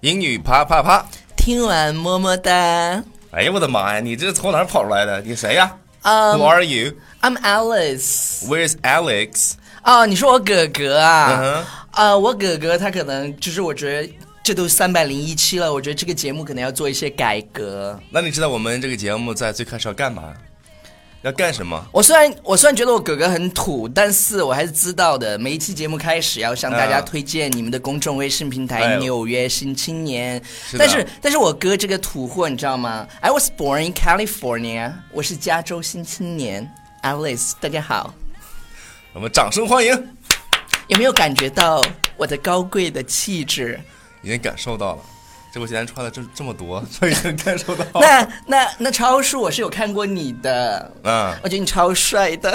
英语啪啪啪。听完么么哒。哎呀，我的妈呀！你这从哪儿跑出来的？你谁呀、嗯 w h o are you? I'm Alice。 Where's Alex? 哦，你说我哥哥嗯啊哼？呃，我哥哥他可能就是我觉得。这都三百零一期了，我觉得这个节目可能要做一些改革。那你知道我们这个节目在最开始要干嘛？要干什么？我虽然我虽然觉得我哥哥很土，但是我还是知道的。每一期节目开始要向大家嗯推荐你们的公众微信平台《哎呦纽约新青年》是的但是但是我哥这个土货你知道吗？I was born in California，我是加州新青年 Alice。大家好，我们掌声欢迎！有没有感觉到我的高贵的气质？已经感受到了，这我今天穿了这这么多， 所以已经感受到了。那那那超叔，我是有看过你的，嗯，我觉得你超帅的。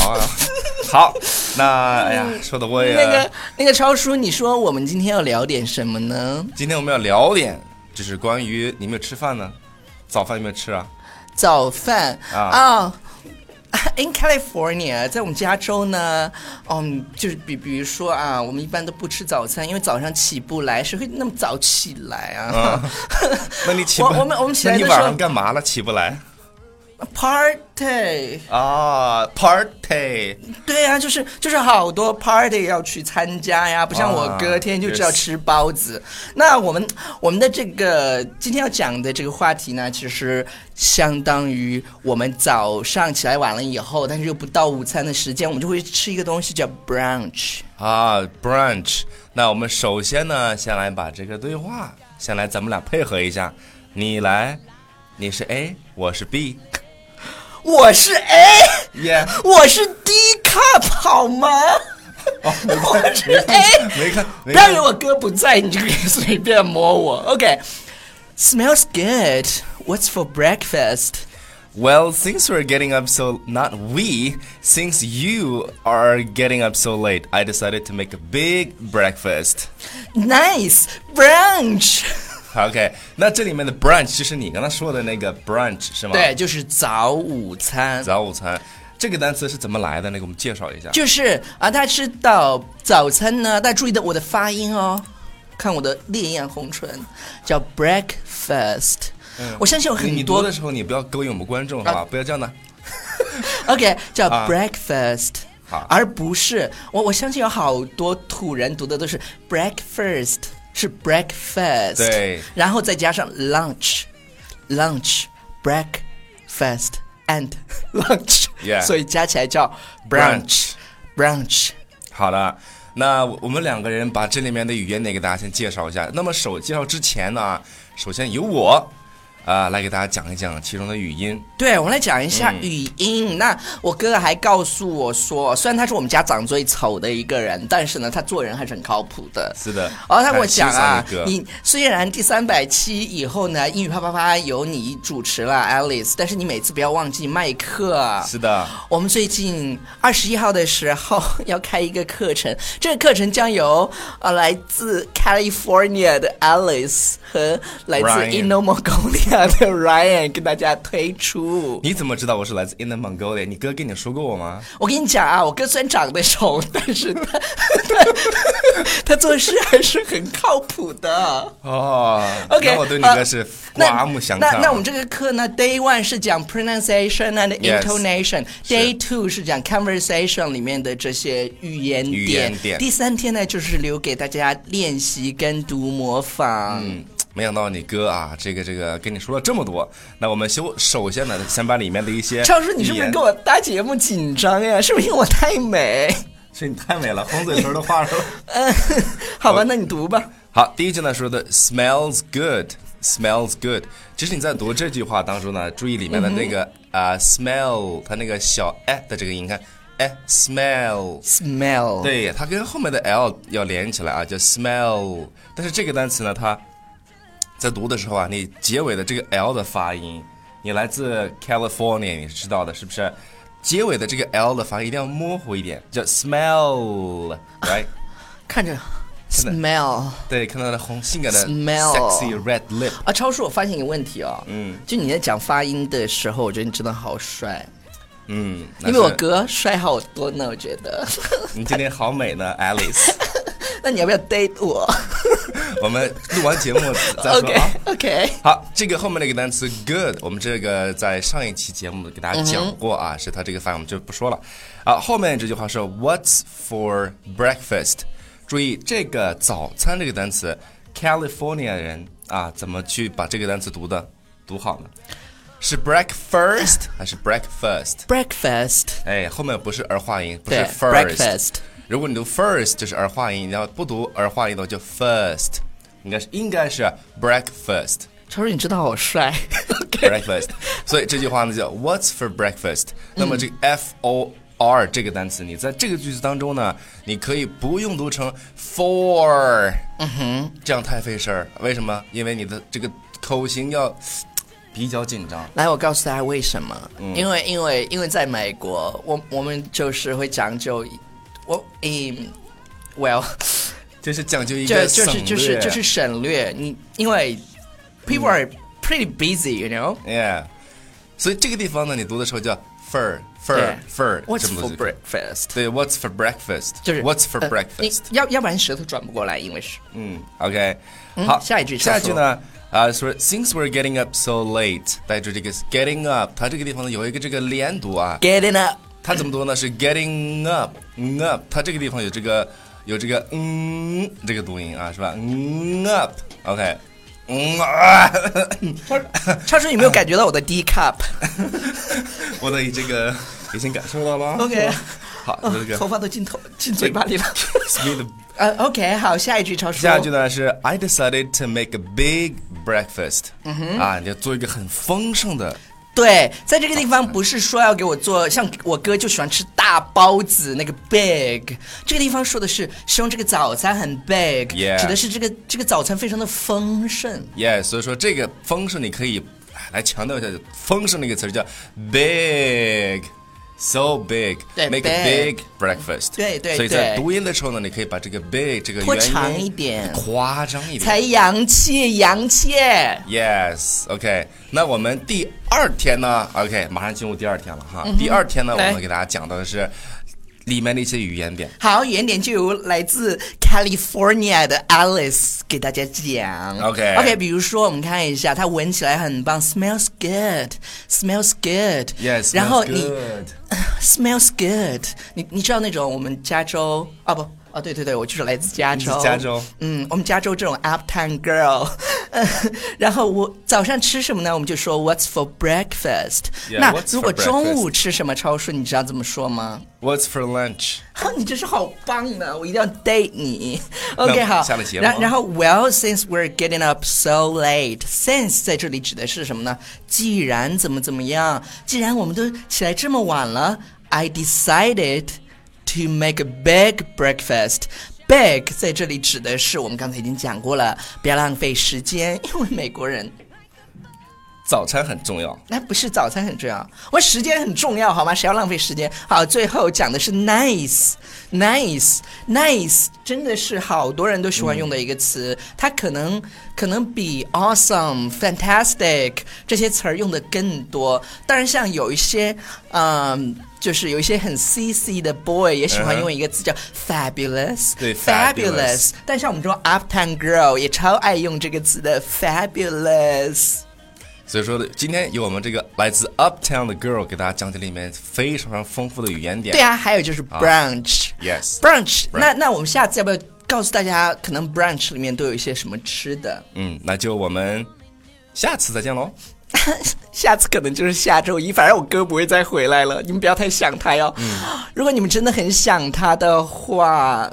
好啊，好，那哎呀，说的我也嗯 那个那个超叔，你说我们今天要聊点什么呢？今天我们要聊点，就是关于你们有吃饭呢，早饭有没有吃啊？早饭啊啊。In California，在我们加州呢，嗯，就是比比如说啊，我们一般都不吃早餐，因为早上起不来，谁会那么早起来啊、 嗯，那你起不？我我们我们起来那的你时候晚上干嘛了？起不来 p a r t y 啊？Party，对啊，就是就是好多 party 要去参加呀，不像我啊哥天天就知道 yes 吃包子。那我们我们的这个今天要讲的这个话题呢，其实相当于我们早上起来晚了以后，但是又不到午餐的时间，我们就会吃一个东西叫 brunch。啊，brunch。那我们首先呢，先来把这个对话，先来咱们俩配合一下，你来，你是 A，我是 B，我是 A，耶、yeah. 我是 D cup 好吗？ 哦，没看，我是没看 A 没看，不没要以看为，我哥不在，你就可以随便摸我。OK，smells、good. What's for breakfast? Well, since we're getting up so not we, since you are getting up so late, I decided to make a big breakfast. Nice brunch。 OK，那这里面的 brunch 就是你刚才说的那个 brunch 是吗？对，，就是早午餐。早午餐这个单词是怎么来的？那个我们介绍一下。就是啊，大家知道早餐呢，大家注意的我的发音哦，看我的烈焰红唇，叫 breakfast。我嗯啊相信有嗯你你很读多的时候，你不要勾引我们观众，好吧？不要这样的。 OK 叫啊 breakfast，、好而不是我我相信有好多土人读的都是 breakfast，是 breakfast，对然后再加上 lunch，lunch breakfast and lunch，、 Yeah 所以加起来叫 brunch brunch。好的，那我们两个人把这里面的语言点给大家先介绍一下。那么首介绍之前呢，首先由我啊、来给大家讲一讲其中的语音。对，我们来讲一下嗯语音。那我哥哥还告诉我说，虽然他是我们家长最丑的一个人，但是呢，他做人还是很靠谱的。是的，哦，他跟我讲啊感谢桑尼，哥你虽然第三百期以后呢，英语啪啪啪由你主持了 Alice，但是你每次不要忘记麦克啊。是的，我们最近二十一号的时候要开一个课程，这个课程将由呃来自 California 的 Alice 和来自 Ryan Indomongolia 的 Ryan 跟大家推出。你怎么知道我是来自 Inner Mongolia？你哥跟你说过我吗？我跟你讲啊，我哥虽然长得丑，但是他 他他做事还是很靠谱的。哦 OK，呃那我对你哥是刮目相看啊那那我们这个课呢，Day One 是讲 pronunciation and Yes intonation，Day Two 是讲 conversation 里面的这些语言点，语言点第三天呢就是留给大家练习跟读模仿。嗯，没想到你哥啊，这个这个跟你说了这么多。那我们首首先呢，先把里面的一些超叔，你是不语是言跟我搭节目紧张呀？是不是因为我太 美？是你太美了，红嘴唇都画出来了。嗯，好吧，那你读吧。好，第一句呢说的 smells good。Smells good。其实你在读这句话当中呢，注意里面的那个啊、smell，它那个小 e 的这个音，你看，哎，smell， Smell。对，它跟后面的 l 要连起来啊，叫 smell。但是这个单词呢，它在读的时候啊，你结尾的这个 l 的发音，你来自 California，你是知道的，是不是？结尾的这个 l 的发音一定要模糊一点，叫 smell，right？看着真的，smell 对，看到他的红性感的 Smell sexy red lip。啊，超叔，我发现一个问题哦，嗯，就你在讲发音的时候，我觉得你真的好帅，嗯，那因为我是哥帅好多呢，我觉得。你今天好美呢，Alice。 那你要不要 date 我我们录完节目再说？OK 啊。 OK，好，这个后面那个单词 good，我们这个在上一期节目给大家讲过嗯啊，是它这个发音我们就不说了。啊，后面这句话是 What's for breakfast？注意这个早餐这个单词，California 人啊，怎么去把这个单词读的读好呢？是 breakfast 还是 breakfast？ breakfast，哎，后面不是儿化音，不是对 first。 breakfast 如果你读 first 就是儿化音，你要不读儿化音的话就 first，应该是应该是啊 breakfast。超叔你真的好帅 ，OK， breakfast。所以这句话呢叫 What's for breakfast？那嗯么这个 F O R 这个单词，你在这个句子当中呢，你可以不用读成 for，嗯哼，这样太费事儿。为什么？因为你的这个口型要比较紧张。来，我告诉大家为什么？嗯因为因为因为在美国，我我们就是会讲究，我嗯，well，就是讲究一就个就是省就是略就是省略你，因为 people are pretty busy，you know。 Yeah，所以这个地方呢，你读的时候叫 fur 对 fur fur， What's 这么 for 读 breakfast？对，What's for breakfast？就是 What's for 呃 breakfast？你要要不然舌头转不过来，因为是嗯，OK，好，下一句下一说句呢？啊，说 Since we're getting up so late，带着这个 getting up，它这个地方呢有一个这个连读啊， getting up。它怎么读呢？是 getting up up，它这个地方有这个有这个嗯这个读音啊，是吧？嗯 up，OK，嗯啊，超叔，你有没有感觉到我的 D cup？ 我的这个已经感受到了啊 OK 好，这个哦头发都进头进嘴巴里了。 Excuse me，呃，OK，好，下一句超叔。下一句呢哦是 I decided to make a big breakfast，、啊，嗯你要做一个很丰盛的，对，在这个地方不是说要给我做，像我哥就喜欢吃大包子那个 big，这个地方说的是使用这个早餐很 big， Yeah 指的是这个这个早餐非常的丰盛。耶、所以说这个丰盛你可以哎来强调一下，丰盛那个词儿叫 big，so big，对 m a k e a big breakfast，对对所以在对读音的时候呢，你可以把这个 big 这个拖元音长一点夸张一点，才洋气，洋气。 Yes，OK、那我们第二天呢？OK，马上进入第二天了哈。嗯第二天呢，我来们给大家讲到的是里面的一些语言点。好，原点就由来自 California 的 Alice 给大家讲。 OK OK，比如说我们看一下，它闻起来很棒，smells good，smells good。 Yes，然后 smells 你 good smells good，你你知道那种我们加州啊不啊对对对，我就是来自加州。你是加州。嗯，我们加州这种 uptown girl，呃然后我早上吃什么呢？我们就说 What's for breakfast？、 Yeah，那 what's 如果 for 中午吃什么，超叔你知道怎么说吗？ What's for lunch？啊， 你真是好棒呢！我一定要 date 你。OK，那好。下了节目啊然然后，Well, since we're getting up so late, since 在这里指的是什么呢？既然怎么怎么样，既然我们都起来这么晚了，I decided to make a big breakfast. Big 在这里指的是我们刚才已经讲过了，不要浪费时间，因为美国人早餐很重要。那哎不是早餐很重要，我时间很重要，好吗？谁要浪费时间？好，最后讲的是 nice，nice，nice，真的是好多人都喜欢用的一个词，它可能可能比 awesome、fantastic 这些词儿用的更多。当然，像有一些，嗯、就是有一些很 CC 的 boy 也喜欢嗯哼用一个词叫 fabulous，对 fabulous ，fabulous。但像我们这种 uptown girl 也超爱用这个词的 fabulous。所以说，今天由我们这个来自 Uptown 的 girl 给大家讲解里面非常非常丰富的语言点。对啊，还有就是 brunch。 Yes brunch， Brunch 那那我们下次要不要告诉大家，可能 brunch 里面都有一些什么吃的？嗯，那就我们下次再见喽。 下次可能就是下周一，反正我哥不会再回来了，你们不要太想他哟。如果你们真的很想他的话，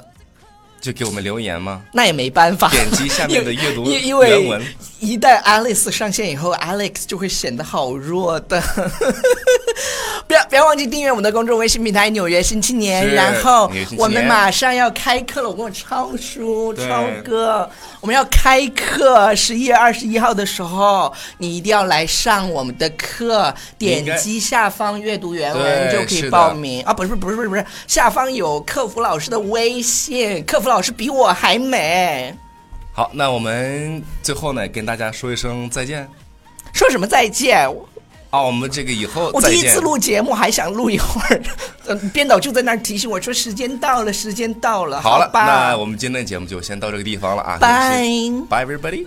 就给我们留言吗？那也没办法。点击下面的阅读因因为原文一旦 Alice 上线以后，Alex 就会显得好弱的。 不要不要忘记订阅我们的公众微信平台《纽约新青年》，是然后纽约新青年我们马上要开课了。我跟我超叔、对超哥，我们要开课，十一月二十一号的时候，你一定要来上我们的课。应该点击下方阅读原文对就可以是的报名啊！不是不是不是不是，下方有客服老师的微信，客服老师比我还美。好，那我们最后呢，跟大家说一声再见。说什么再见？我啊，我们这个以后我再第一见次录节目还想录一会儿， 呃编导就在那儿提醒我说时间到了，时间到了。好了，吧那我们今天的节目就先到这个地方了啊。拜拜，everybody。